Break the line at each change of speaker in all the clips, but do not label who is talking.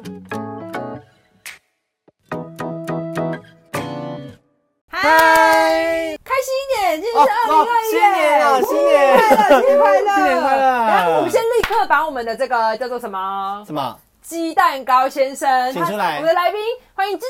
啊是二零二一
哦新年了，新年
快乐，新年快乐，
新年快乐
然后我们先立刻把我们的这个叫做什么
什么？
鸡蛋糕先生，
请出来
他我们的来宾，欢迎鸡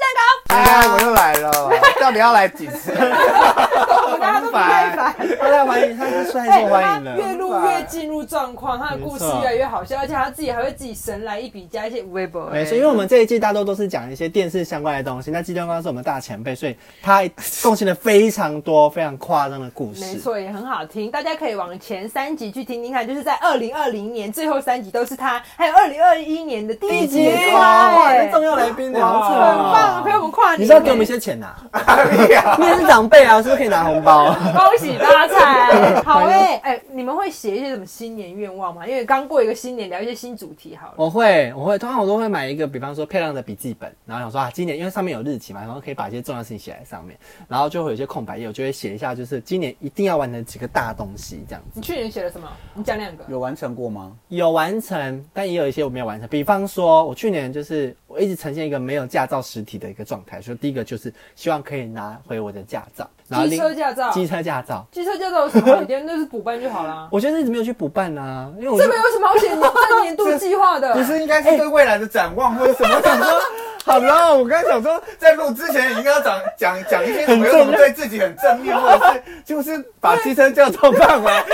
蛋
哎，我又来了，到底要来几次？
糕，大家都不耐烦。 哎
大家欢迎，他是哦太受欢迎
他越
了。
录越进入状况，他的故事
没错
越来越好笑，而且他自己还会自己神来一笔，加一些微博。哎
没错，因为我们这一季大多都是讲一些电视相关的东西，那鸡蛋糕是我们大前辈，所以他贡献了非常多非常夸张的故
没
事。
错，也很好听，大家可以往前三集去听听看，就是在二零二零年最后三集都是他，还有二零二一年的第一集，
哇
哇
啊哇，
哎
这重要来宾呢，
哇
好扯
很
哦
棒，陪我们跨年，
你是要给我们一 些 钱呐？
哎
你也是长辈啊，是不是可以拿红包？
恭喜发财， 好哎、哎、你们会写一些什么新年愿望吗？因为刚过一个新年，聊一些新主题好了。
我会，我会，通常我都会买一个，比方说漂亮的笔记本，然后想说啊，今年因为上面有日期嘛，然后可以把一些重要的事情写在上面，然后就会有一些空白页，我就会写一下，就是今年一定要完成几个大东西这样子。
你去年写了什么？你讲两个。
有完成过吗？
有完成，但也有一些我没有完成。比方说，我去年就是我一直呈现一个没有驾照实体的一个状态，所以第一个就是希望可以拿回我的驾照，然后
机
另
车驾照，
机车驾照，
机车驾照有什么好一点？那是补办就好啦。
我就是一直没有去补办啊，因为我
这
就
个有什么好写？你在年度计划的？
不是应该是对未来的展望或者什么？想 说，好了，我刚才想说，在录之前应该要讲讲讲一些什么，有什么对自己很正面，或者是 就是把机车叫做办完。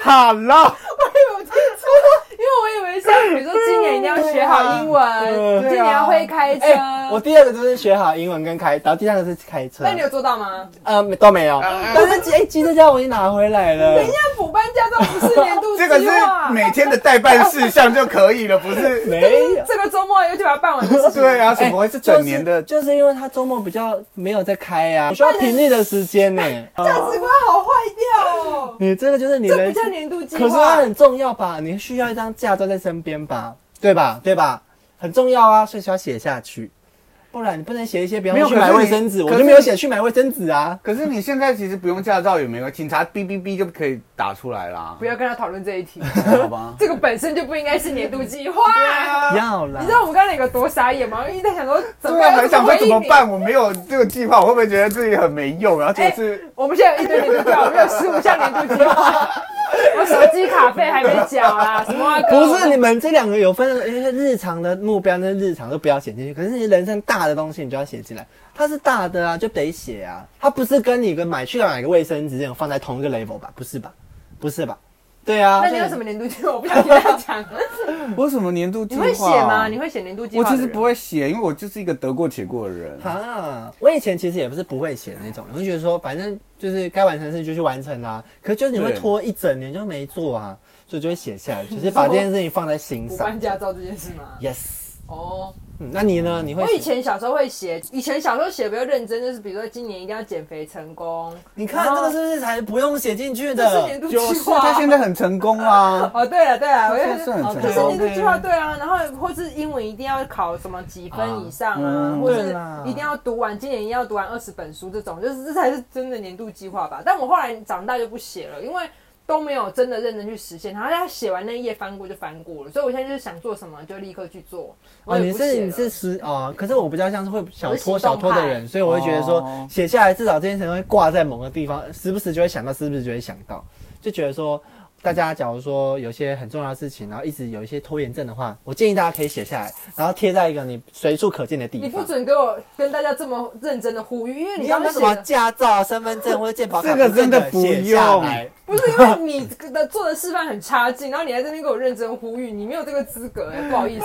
好了，
我记错，因为我以为像比如说今年一定要学好英文，今
对
年
啊哎
要会开车。
哎我第二个就是学好英文跟开，然后第三个是开车
那，你有做到吗？
呃，没都没有。
啊
但是机哎，机车驾照我已经拿回来了
等一。下，补办驾照不是年度计
这个是
划，
每天的代办事项就可以了，不是？
没有，哎
这个周末要去把它办完的事情。
对啊，怎么会是整年的？
就是，就是因为他周末比较没有在开
哎
呀、啊，我需要平日的时间呢、哦
价值观好坏掉哦，
你这个就是你
这
的
不，叫年度计
可是它
划。
很重要吧？你需要一张驾照在身边吧？对吧？对吧？很重要啊，所以需要写下去，不然你不能写一些，比方说
没
去
有可
买
是
卫
你
生纸，我
可
就是没有写去买卫生纸啊。
可是你现在其实不用驾照也没关系，警察哔哔哔就可以打出来啦。
不要跟他讨论这一题，
要，好吧？ 啊
这个本身就不应该是年度计划。
要啦
你知，道我们刚才有多傻眼吗？因为在想说怎么
对啊，
办，
很想
回
说
应
怎么
你？
办？我没有这个计划，我会不会觉得自己很没用？然后结果是
我们现在有一堆年度计划，我们有十五项年度计划，我手机卡费还没缴啦，什么啊哥
不是你们这两个有分，因为日常的目标那日常都不要写进去，可是你人生大的东西你就要写进来，它是大的啊，就得写啊，它不是跟你跟买去买个卫生纸这种放在同一个 level 吧？不是吧？不是吧？对啊，
那你
所
有
以
什么年度计划？我不想听他讲。
我什么年 度计
你
划？哦啊
会写吗？你会写年度计
我
划的
其
人？
实不会写，因为我就是一个得过且过的人。
啊，我以前其实也不是不会写的那种，我就觉得说反正就是该完成的事就去完成啦、啊可就是你会
对
拖一整年就没做啊，所以就会写下来，就是把这件事情放在心
补
上
办。驾照这件事吗？
Yes，、
哦，
嗯那你呢？你会
我
写？
以前小时候会写，以前小时候写比较认真，就是比如说今年一定要减肥成功，
你看
然
这
后
个是不是才不用写进去
这是
的
年？度计
就是
划。，
他现在很成功啊
哦，对了对了，我也
这是很
哦
成
可是
功
年度计划对啊，然后或是英文一定要考什么几分以上啊，
啊嗯
或是
对啦
一定要读完，今年一定要读完二十本书这种，就是这才是真的年度计划吧。但我后来长大就不写了，因为。都没有真的认真去实现它，然后他写完那一页翻过就翻过了，所以我现在就是想做什么就立刻去做。我
哦，
也
你
不
是
写
你
了
是实哦，可是我比较像是会小
我是
拖
行动
小拖的
派
人，所以我会觉得说
哦
写下来至少这件事情会挂在某个地方，时不时就会想到，时不时就会想到，就觉得说大家假如说有些很重要的事情，然后一直有一些拖延症的话，我建议大家可以写下来，然后贴在一个你随处可见的地
你不
方。
准给我跟大家这么认真的呼吁，因为你
要
刚
那
刚
什
写
么
的
驾照啊、身份证或者健保卡，
这个真的不
写下
用
来
不是因为你的做的示范很差劲，然后你还在那边给我认真呼吁，你没有这个资格、哎，不好 意思。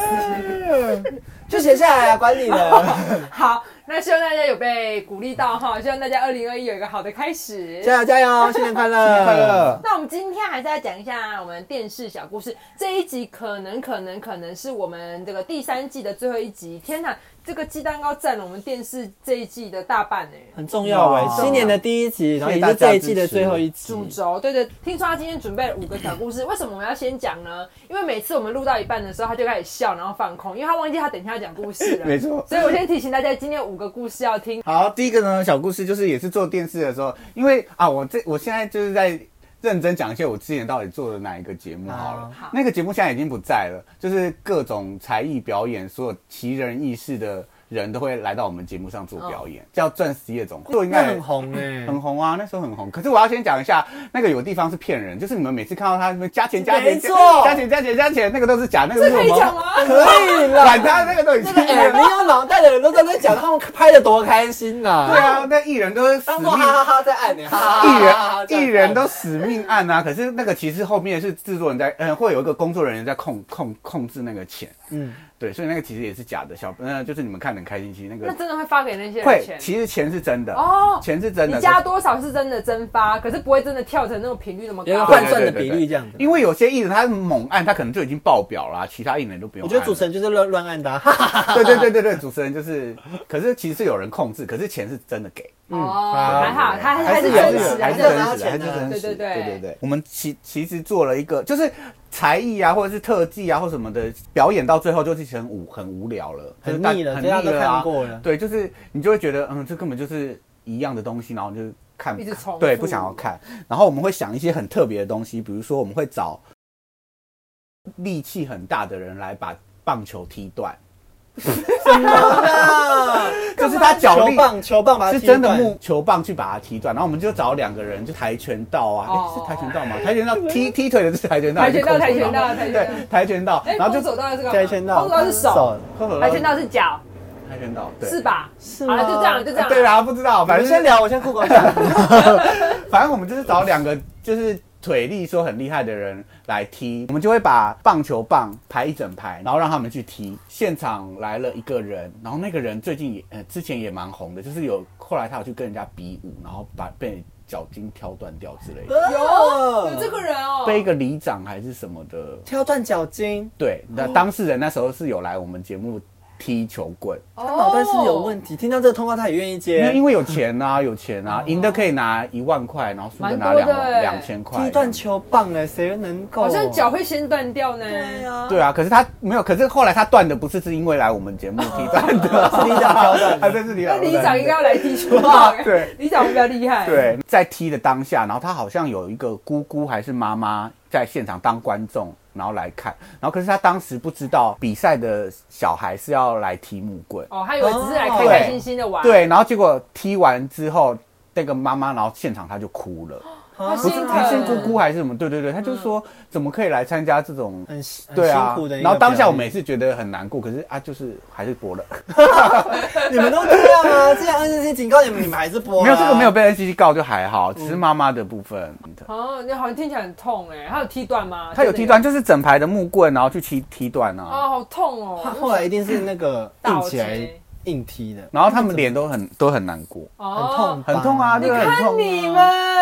就写下来啊，管你的。
好，那希望大家有被鼓励到哈，希望大家二零二一有一个好的开始。
加油加油，新年快乐，
新年快乐！
那我们今天还是要讲一下我们电视小故事这一集，可能可能可能是我们这个第三季的最后一集。天哪，这个鸡蛋糕占了我们电视这一季的大半哎、
嗯
很重要哎、
哇
新年的第一集，然后
谢谢
也是
大家
这一季的
支持
最后一集。
主轴，对对，听说他今天准备了五个小故事，为什么我们要先讲呢？因为每次我们录到一半的时候，他就开始笑，然后放空，因为他忘记他等一下要讲故事了。
没错。
所以我先提醒大家，今天有五个故事要听。
好，第一个呢，小故事就是也是做电视的时候，因为啊，我这我现在就是在认真讲一些我之前到底做的哪一个节目好了。
好
那个节目现在已经不在了，就是各种才艺表演，所有奇人异事的人都会来到我们节目上做表演，叫《钻石夜总会》，
哦
应
那
该
很红哎、
很红啊，那时候很红。可是我要先讲一下，那个有地方是骗人，就是你们每次看到他什么加钱加钱
没错
加钱加钱加钱，那个都是假，那个是
可
我
以讲
们
吗？
可以啦。
管他那个都已经。
哎、没有脑袋的人都在那讲他们拍的多开心呐、
对啊，那艺人都是死
当
命
做哈哈哈在按你，欸哈哈
艺
哈哈哈
人
这样
艺人都死命按啊，可是那个其实后面是制作人在，嗯、会有一个工作人员在控控控制那个钱，
嗯，
对，所以那个其实也是假的，小，嗯、就是你们看得很开心，其实那
那
个
真的会发给那些人
会，
钱
其实钱是真的，
哦
钱是真的，
你加
可是
多少是真的蒸发，可是不会真的跳成那种频率那么
有一个
高。
换算的比例这样子。
因为有些艺人他猛按，他可能就已经爆表啦、其他艺人都不用
我觉
按。
得主持人就是乱乱按的、啊，哈哈
对对对对对，主持人就是，可是其实是有人控制，可是钱是真的给。
哦，
啊
还好，他还是
是
真
有
实的，
还
还
是
是
有
真实的，
拿
还
到
是真
钱的
实
对对
的，
对
对对。我们其其实做了一个，就是才艺啊，或者是特技啊，或什么的表演，到最后就是很无很无聊了，就是
很
大
腻了，
很
大家
腻
都
了
看
啊。
过了。
对，就是你就会觉得，嗯，这根本就是一样的东西，然后你就看
一直重复
对，不想要看。然后我们会想一些很特别的东西，比如说我们会找力气很大的人来把棒球踢断，就是他脚
球
力
棒，球棒把它
是
踢
真的
断
木啊球棒去把它踢断，然后我们就找两个人就跆拳道啊，
哦
诶是跆拳道吗？跆拳 道踢踢腿的是跆拳道还是空手，
跆拳道跆拳道
对跆拳道，
哎，
然后
空
就
手道是干嘛？
跆拳道，
空手道是手，
空手
跆拳道是脚，
跆拳道对
是？吧？
是
好
吗？
了，就这样，就这样。啊
对啊啦，不知道，
我
反
们
正
先聊，我先酷狗讲。
反正我们就是找两个就是腿力说很厉害的人来踢，我们就会把棒球棒排一整排，然后让他们去踢。现场来了一个人，然后那个人最近也呃之前也蛮红的，就是有后来他有去跟人家比武，然后把被脚筋挑断掉之类的，
有有这个人哦，
被一个里长还是什么的。
呃挑断脚筋，
对，那当事人那时候是有来我们节目踢球棍，
他
他脑袋是不是有问题。听到这个通告，他也愿意
因为
接。
因为有钱啊，有钱啊，赢的可以拿一万块，然后输的拿
蛮多
两
的欸
两千块。
踢断球棒哎，谁能够？
好像脚会先断掉呢。
对啊，
对啊，可是他没有，可是后来他断的不是是因为来我们节目踢断的，
是里长挑断的
还真是里
那
长。？
里长应该要来踢球吧
对，
里长比较厉害。，
对，在踢的当下，然后他好像有一个姑姑还是妈妈在现场当观众，然后来看，然后可是他当时不知道比赛的小孩是要来踢木棍，
哦，他以为只是来开
哦
开心心的玩，，
对，然后结果踢完之后，那个妈妈然后现场她就哭了，
啊，
不
不
心
是
疼
还是姑姑还是什么？对对对，她
嗯
就说怎么可以来参加这种。
很辛
对
很
啊
辛苦的，一个
然后当下我们
表
也
演
是觉得很难过，可是啊，就是还是播了。
你们都这样啊，这样 NCC 警告你们，你们还是播啊。
没有这个没有被 NCC 告就还好，只是妈妈的部分。
嗯哦，你好像听起来很痛哎，他有踢断吗？
他有踢断，就是整排的木棍，然后去踢踢断
真的有，
啊，
哦，好痛
他
哦，
后来一定是那个
倒
硬
接
起来硬踢的，
然后他们脸都很都很难过，
哦，
很痛，
很痛啊，这个很
看
痛
你
啊，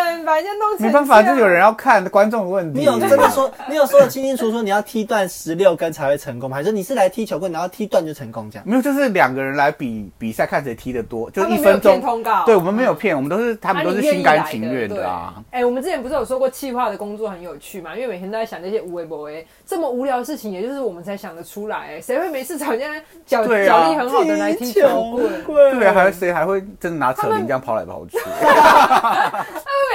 们把人家弄成
没办法，
这
就
样
有人要看观众的问题。
你有真的说， 你有说的清清楚楚，你要踢断十六根才会成功吗？还是你是来踢球棍，然后踢断就成功这样？
没有？就是两个人来比比赛，看谁踢得多，就
他
一
们没有
分
骗
钟。
通告，
对，我们没有骗，我们都是他们都是
啊你愿
心
意来
甘情愿的啊。
对哎、我们之前不是有说过企划的工作很有趣嘛？因为每天都在想这些无为不为这么无聊的事情，也就是我们才想得出来、哎，谁会没事找人家脚
对
脚、
啊
力很好的来踢球棍？
棍
对啊，还有谁还会真的拿扯铃这样跑来 跑去？
他们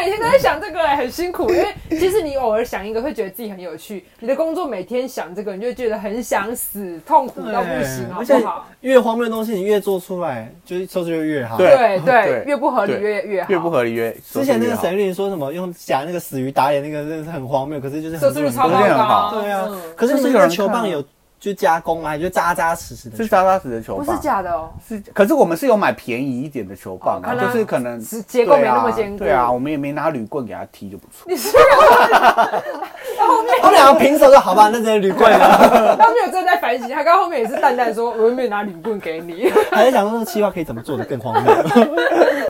每天都在想这个、哎，很辛苦。因为其实你偶尔想一个，会觉得自己很有趣；你的工作每天想这个，你就觉得很想死，痛苦到不行，
对
好
而且
不好？
越荒谬的东西，你越做出来，就是收视率越好。
对
对
对
对，越不合理
对
越越好，
越不合理越。
之前那
越
个
好
沈玉琳说什么用假那个死鱼打眼，那个真的是很荒谬，可 是就是
收视
很多
率
人
超
很多人很
高
好
的，
对啊
嗯。
可是
就是
你
有
的
人
球
看
棒
啊
有就加工啊吗？还就扎扎实实的
是
球？
扎扎实的球
不
棒，
是假的哦。
是，可是我们是有买便宜一点的球棒啊，
哦看它
就是可能
只结构没那么
对啊
坚固
对啊，我们也没拿铝棍给他踢就不错。
你是不是
他们两个平手就好 吧，那真的铝啊棍了。
他没有真的在反省，他刚后面也是淡淡说，我又没有拿铝棍给你。
还在想说这个计划可以怎么做的更荒谬？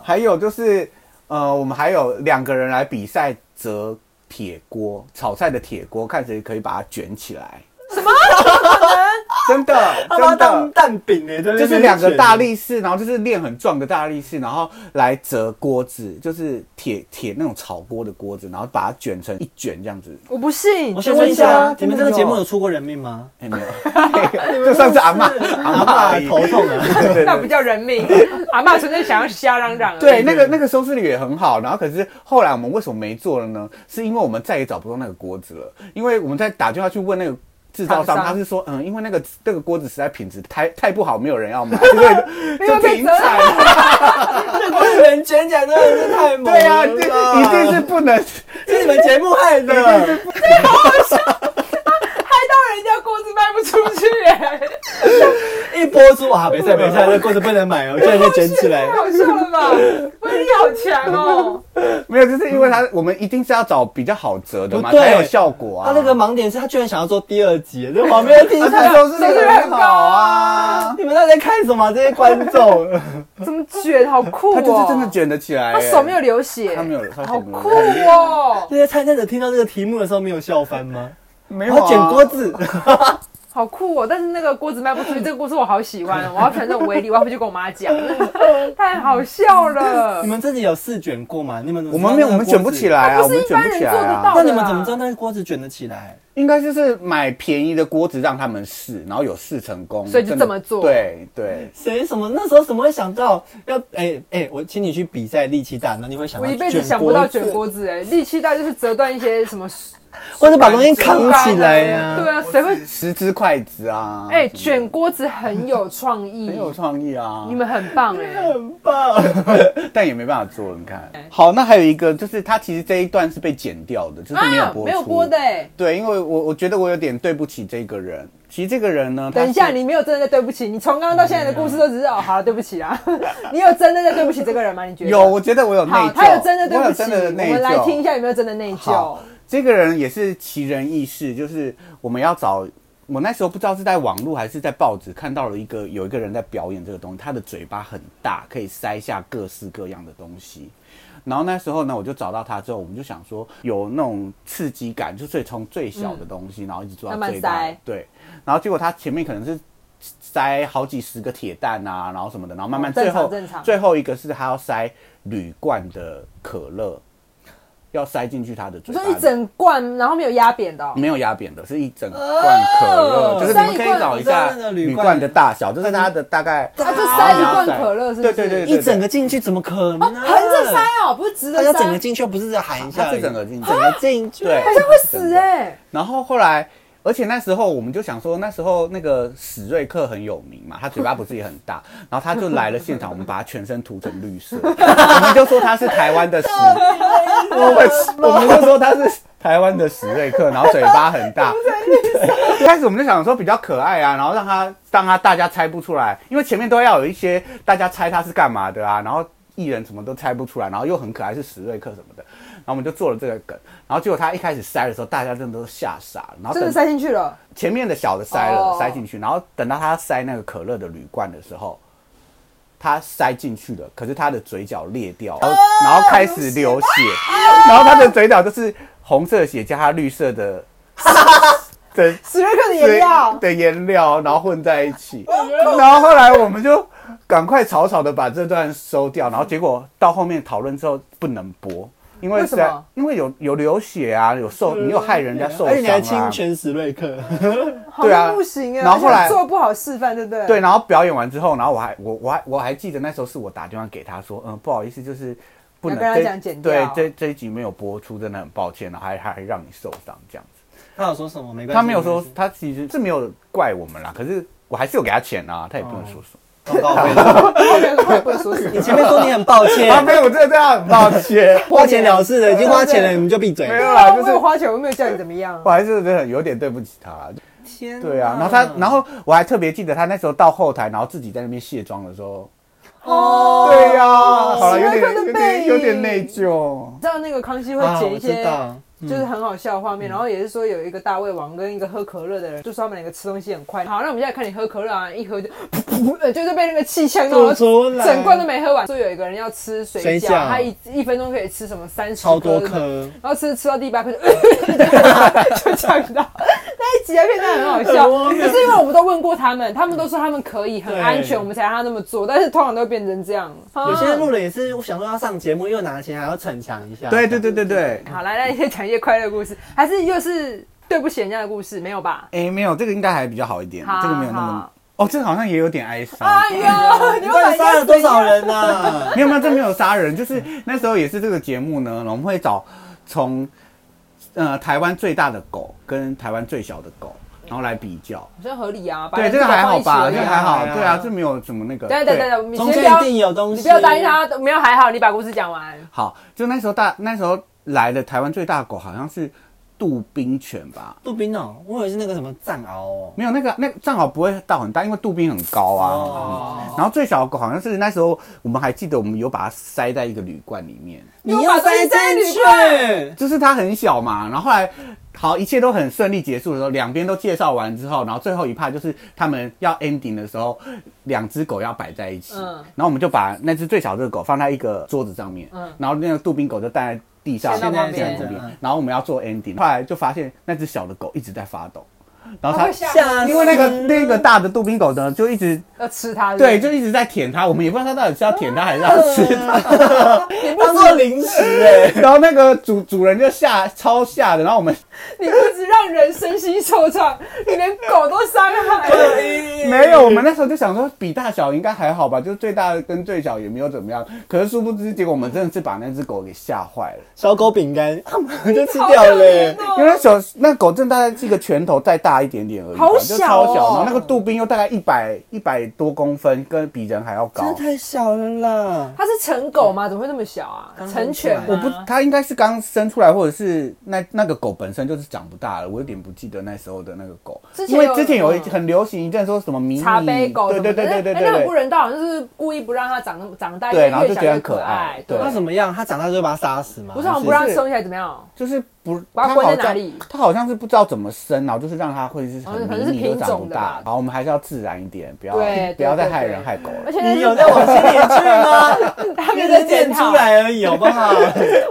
还有就是，呃，我们还有两个人来比赛折铁锅，炒菜的铁锅，看谁可以把它卷起来。什么？真的，
他把它
真
当
的。
蛋饼哎，
就是两个大力士，然后就是练很壮的大力士，然后来折锅子，就是铁铁那种炒锅的锅子，然后把它卷成一卷这样子。
我不信，
我先问一下，你们这个节目
有
有出过人命吗？
哎、没 有， 就上次阿妈阿妈
啊，头痛啊！
对对
那
对
不。叫人命。阿妈纯粹想要瞎嚷嚷而已。
对，那个那个收视率也很好，然后可是后来我们为什么没做了呢？是因为我们再也找不到那个锅子了，因为我们在打电话去问那个制造商
厂商
他是说，嗯，因为那个那个锅子实在品质太太不好，没有人要买， 所 以就
被
停产了。
这 不是人捡起来真的是太猛了
对呀、
啦，
啊，这一定是不能，
是你们节目害的。
害到人家锅子卖不出去、哎，
一播出啊，没事没事，这锅子不能买哦，现在就捡起来
太。好笑了吧？威力好强哦！
没有，就是因为他我们一定是要找比较好折的嘛，
不对
才有效果啊。
他那个盲点是他居然想要做第二集，这旁边的听
他
众
这收视率很好
啊
啊，
你们到底在看什啊么啊？这些观众，
怎么卷？好酷哦！
他就是真的，卷得起来、
他手没有，流血，
他没有，他
好
手没有
酷哦，
这些参赛者听到这个题目的时候没有笑翻吗？
没有、啊、
他捡锅， 子，
好酷哦！但是那个锅子卖不出去，这个锅子我好喜欢哦，我要传这种威力，我要回去跟我妈 讲，太好笑了
你。们自己有试卷过吗？呃你们怎么
我
知道
们没有，我
那个锅
们
子
卷不起。来啊，
他
我
不是
们卷不起来
一般人做得
啊
到。
那你们怎么知道那个锅子卷得起来？
应该就是买便宜的锅子让他们试，然后有试成功，
所以就
真的
这么做
对对，
谁什么那时候怎么会想到要？哎哎，我请你去比赛力气大，那你会想
我
到
一辈子想不到卷锅子，哎，力气大就是折断一些什么
或者把东西扛起来呀、
对啊，谁会？
十只筷子啊，
哎，
什么
卷锅子很有创意，
很有创意啊
你，们很棒哎。
很棒。
但也没办法做，你看。好，那还有一个就是，它其实这一段是被剪掉的，就是没有播出，
啊没有播的。哎。
对，因为我我觉得我有点对不起这个人。其实这个人呢，他
等一下，
是
你没有真的在对不起，你从刚刚到现在的故事都只是哦，好了，对不起啦。 你有真的在对不起这个人吗？你觉得
有，我觉得我有内
好，
疚，
他有真的对
我
不
有
起，
真的内疚。
我们来听一下有没有真的内疚
好。，这个人也是奇人异事，就是我们要找。我那时候不知道是在网络还是在报纸看到了一个有一个人在表演这个东西，他的嘴巴很大，可以塞下各式各样的东西。然后那时候呢，我就找到他之后，我们就想说有那种刺激感，就是从最小的东西，然后一直做到
慢慢
最大的
塞，
对。然后结果他前面可能是塞好几十个铁蛋啊，然后什么的，然后慢慢
哦正
最
常
后、
正常
最后一个是他要塞铝罐的可乐，要塞进去他的
你
嘴巴
说
里。
一整罐，然后没有压扁的哦，
没有压扁的，是一整罐可乐，
哦
就是你们可以找一下
塞一罐
铝罐的大小，就是它的大概。啊
他嗯就塞一罐可乐，是不是？
对对对
一整个进去怎么可能、啊？
横着塞哦，不是直
大
着
家
塞，
整个进去，不是在喊一下
它
而已，
是整个进去
整，个进去。
对，
好像会死哎。
然后后来，而且那时候我们就想说，那时候那个史瑞克很有名嘛，他嘴巴不是也很大，然后他就来了现场，我们把他全身涂成绿 色，我们就说他是台湾的史，我们我们就说他是台湾的史瑞克，然后嘴巴很大。一开始我们就想说比较可爱啊，然后让他让他大家猜不出来，因为前面都要有一些大家猜他是干嘛的啊，然后艺人什么都猜不出来，然后又很可爱是史瑞克什么的，然后我们就做了这个梗，然后结果他一开始塞的时候，大家真的都吓傻了，然后
真的
等
塞进去了，
前面的小的塞了、
哦
塞进去，然后等到他塞那个可乐的铝罐的时候，他塞进去了，可是他的嘴角裂掉，
哦
然后然后开始流血，然后他的嘴角就是红色的血加他绿 色的的
史瑞克的也要，
的颜料，然后混在一起。然后后来我们就赶快草草的把这段收掉，然后结果到后面讨论之后不能播，因为
为
是
什么嗯
因为有有流血啊，有受你有害人家受伤、啊，
而且你还侵权史瑞克，
好像不行哎。
啊然后后来
而且做不好示范，对不对？
对，，然后表演完之后，然后我还我我还我还记得那时候是我打电话给他说，嗯，不好意思，就是不能
要跟他
这
讲剪
对
掉
这这一集没有播出，真的很抱歉，然后还还还让你受伤这样子。
他有说什么？没关系，
他没有说
没，
他其实是没有怪我们啦，可是我还是有给他钱啊，他也不能说什么。
关系 广告费
后面快不能说 死。啊
你前面说你很抱 歉，
啊，没有，我真的对他很抱歉。
花钱了事了，已经花钱了，你们就闭嘴。
没有
啊
啦，
我
就
没有
是
花钱，我没有叫你怎么样
我。还是真的很有点对不起他。
天哪，
对啊，然后他，
嗯
然后我还特别记得他那时候到后台，然后自己在那边卸妆的时候。
哦
对呀、好了，有
史瑞克的
点
背
有点
影
有点内疚。
你知道那个康熙会
啊，
剪
我
一些
知道，
嗯
就是很好笑的画面，然后也是说有一个大胃王跟一个喝可乐的人，就说他们两个吃东西很快。好，那我们现在看你喝可乐啊，一喝就噗噗，呃就是被那个气呛到，
吐出来
整罐都没喝完。说有一个人要吃水
水
饺，
饺
他一一分钟可以吃什么三十
超多
颗，
颗，
然后吃吃到第八颗 就就呛到。那一集的片段很好笑，
很荒
可
谬
是因为我们都问过他们，他们都说他们可以很
对
安全，我们才让他那么做，但是通常都会变成这样。
有些
啊
路人也是，我想说要上节目，又拿钱还要逞强一下。
对对对对对。
好，来来先讲一些快乐故事，还是又是对不起人家的故事，没有吧？
哎，没有，这个应该还比较好一点
好，
这个没有那么
好。
哦，这个好像也有点哀伤。
哎呦，你
你
们
到底杀了多少人呢、啊
没有没有，这没有杀人，就是那时候也是这个节目呢，我们会找从呃台湾最大的狗跟台湾最小的狗，然后来比较。
好像合理啊。把
对，
人
这个还好吧，
放一
这
起
个
而已
还
啊
好，
对啊
对啊，这没有什么那个。
等等等等，你
中
先
间
不要
一，定有东西，
你不要担心他没有还好，你把故事讲完。
好，就那时候大那时候来的台湾最大的狗好像是杜宾犬吧。
杜宾哦，我以为是那个什么藏獒哦，
没有那个，那个正好不会到很大，因为杜宾很高啊。
哦
嗯然后最小的狗好像是那时候，我们还记得我们有把它塞在一个旅馆里面，
你又塞进去，
就是它很小嘛。然后后来，好，一切都很顺利结束的时候，两边都介绍完之后，然后最后一趴就是他们要 ending 的时候，两只狗要摆在一起。
嗯
然后我们就把那只最小的狗放在一个桌子上面，
嗯
然后那个杜宾狗就站在地上，
现在旁边
站在这边
嗯。
然后我们要做 ending，后来就发现那只小的狗一直在发抖，然后
它
它
会。吓
吓死
因为那个那个大的杜宾狗呢，就一直
要吃它是不
对，
是，
就一直在舔它，我们也不知道它到底是要舔它还是要吃它。
你不
当做零食 哎，
然后那个主主人就吓超吓的，然后我们
你不止让人身心受创，你连狗都伤害。
没有，我们那时候就想说比大小应该还好吧，就是最大的跟最小也没有怎么样。可是殊不知，结果我们真的是把那只狗给吓坏了，
小狗饼 干啊就吃
好
掉
可
了
怜
欸，
哦
因为那小那狗真的大概是一个拳头再大一点点而已吧，
好
就
小
超
哦
小。然后那个杜宾又大概一百一百多公分，跟比人还要
真的
高。
太小了啦。
它是成狗吗？怎么会那么小啊？
刚
成犬吗？
出
我不，它应该是刚生出来，或者是那那个狗本身就是长不大了。我有点不记得那时候的那个狗，
之前
因
有
为之前有一
嗯
很流行一阵说什么迷你
茶杯狗什
对
么
对
的，
对对对
哎那很不
对
人道，好像是故意不让它长那么长大，
对
越
然后
越
就
小
觉得
越
可
可
爱
对
对，
那怎么样？他长大就会把它杀死吗？
不是好像啊不
是
让生下来怎么样？
就是不，
把它
它
关在
好
哪
像
里
它好像是不知道怎么生，然后就是让它会是
哦
很
可能是
迷你，就
品
长
种
不
的吧
大。好，我们还是要自然一点，不要
对
不要
对
再
对
害
对哎
人害狗了
而。且那
你
是
有在往心里 去 吗？
他
你
们
在
在
念
检
出
讨，
来而已，好不 好？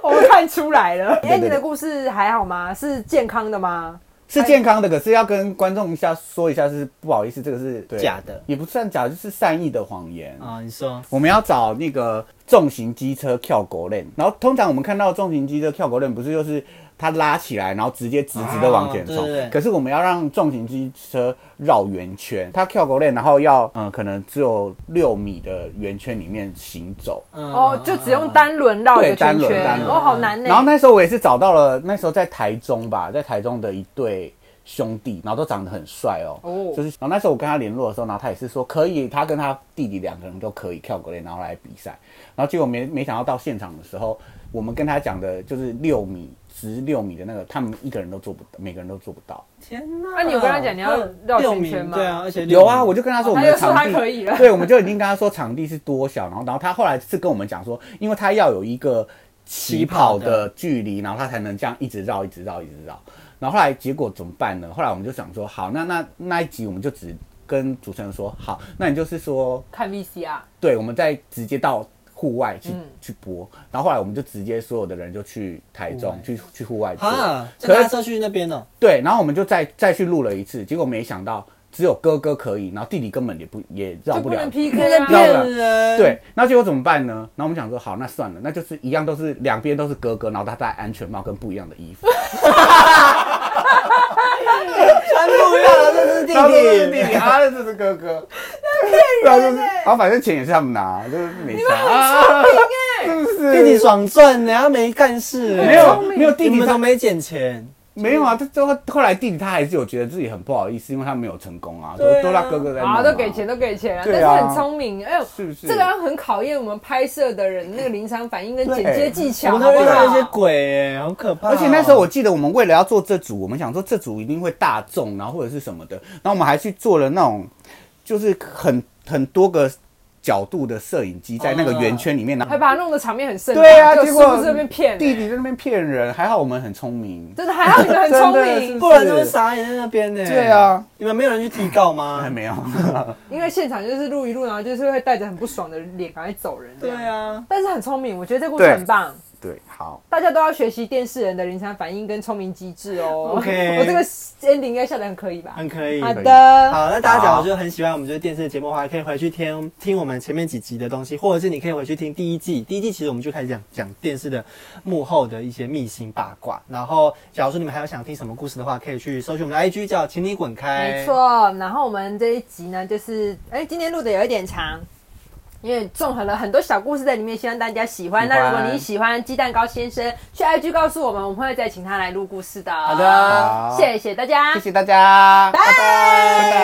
我们看出来了。哎，
对对
你的
对
故事还好吗？是健康的吗？
是健康的，可是要跟观众一下说一下，是不好意思，这个是对
假的
也不算假的，就是善意的谎言。
啊，你说
我们要找那个重型机车跳狗链，然后通常我们看到重型机车跳狗链，不是就是它拉起来，然后直接直直的往前冲。
啊对对对
可是我们要让重型机车绕圆圈，它跳狗链，然后要嗯、呃可能只有六米的圆圈里面行走。
嗯
哦，就只用单轮绕一个
对单
圈
轮
圈
单，轮
哦，好难呢。
然后那时候我也是找到了，那时候在台中吧，在台中的一对兄弟，然后都长得很帅哦。
哦
就是，然后那时候我跟他联络的时候，然后他也是说可以，他跟他弟弟两个人都可以跳狗链，然后来比赛。然后结果没没想到到现场的时候，我们跟他讲的就是六米直六米的那个，他们一个人都做不到，每个人都做不到。
天哪！
那你有跟他讲你要绕
六
圈
米
圈吗
对啊，而且六
有
米
啊，我就跟他说我们
哦他
的
就说
场
他可
地，
以了
对，我们就已经跟他说场地是多小，然后然后他后来是跟我们讲说，因为他要有一个起跑的距离，然后他才能这样一直绕，一直绕，一直绕。然后后来结果怎么办呢？后来我们就想说，好，那那那一集我们就只跟主持人说，好，那你就是说，
看 VCR，
对，我们再直接到户外去、
嗯
去播。然后后来我们就直接所有的人就去台中，去去户外播。
啊，就
可是
搭车去那边哦。
对，然后我们就再再去录了一次，结果没想到只有哥哥可以，然后弟弟根本也不也绕
就不
不了
能。PK 啊
不能
人，
对，那结果怎么办呢？然后我们想说，好，那算了，那就是一样都是两边都是哥哥，然后他戴安全帽跟不一样的衣服，
穿不一样了，这是弟
然后这是
弟。
弟弟，啊，这是哥哥，然后啊就是，然后反正钱也是他们拿，就是没差，啊 是不是？
弟弟爽赚呢，他没干事，
没有没有弟
你
弟
们
他
都没捡钱，
没有啊，他最后后来弟弟他还是有觉得自己很不好意思，因为他没有成功啊，都
对啊
都让哥哥在弄
啊，都给钱，，都给钱啊，但
对啊
是很聪明，哎呦。
是不是？
这个要很考验我们拍摄的人那个临场反应跟
对
剪接技
我
巧，
们
好
都
不
遇到一些
好？
鬼哎，好可怕哦。
而且那时候我记得，我们为了要做这组，我们想说这组一定会大众，然后或者是什么的，然后我们还去做了那种，就是很很多个角度的摄影机在那个圆圈里面，然
还
后
把它弄得场面很盛大，
对啊，
就
结
是
果
不是被骗？
弟弟在那边骗人，还好我们很聪明，
真的还好，你们很聪
真的
明
是，
不然就会傻眼在那边呢。
对啊，
你们没有人去提告
还
吗？
没有，
因为现场就是录一录，然后就是会带着很不爽的脸赶快走人。
对，啊，
但是很聪明，我觉得这故事很棒，
对，好，
大家都要学习电视人的临场反应跟聪明机智哦。
OK
我这个 ending 应该下得很可以吧？
很可以。
好
好，
的，
那大家假
好
如就很喜欢我们这个电视的节目的话，可以回去听听我们前面几集的东西，或者是你可以回去听第一季。第一季其实我们就开始讲讲电视的幕后的一些秘辛八卦。然后，假如说你们还有想听什么故事的话，可以去搜寻我们的 IG 叫“请你滚开”。
没错。然后我们这一集呢，就是哎，今天录的有一点长，因为综合了很多小故事在里面，希望大家喜欢。
喜欢
那如果你喜欢鸡蛋糕先生，去 IG 告诉我们，我们会再请他来录故事的。好哦
的
好
谢谢大家，
谢谢大家，
拜
拜拜。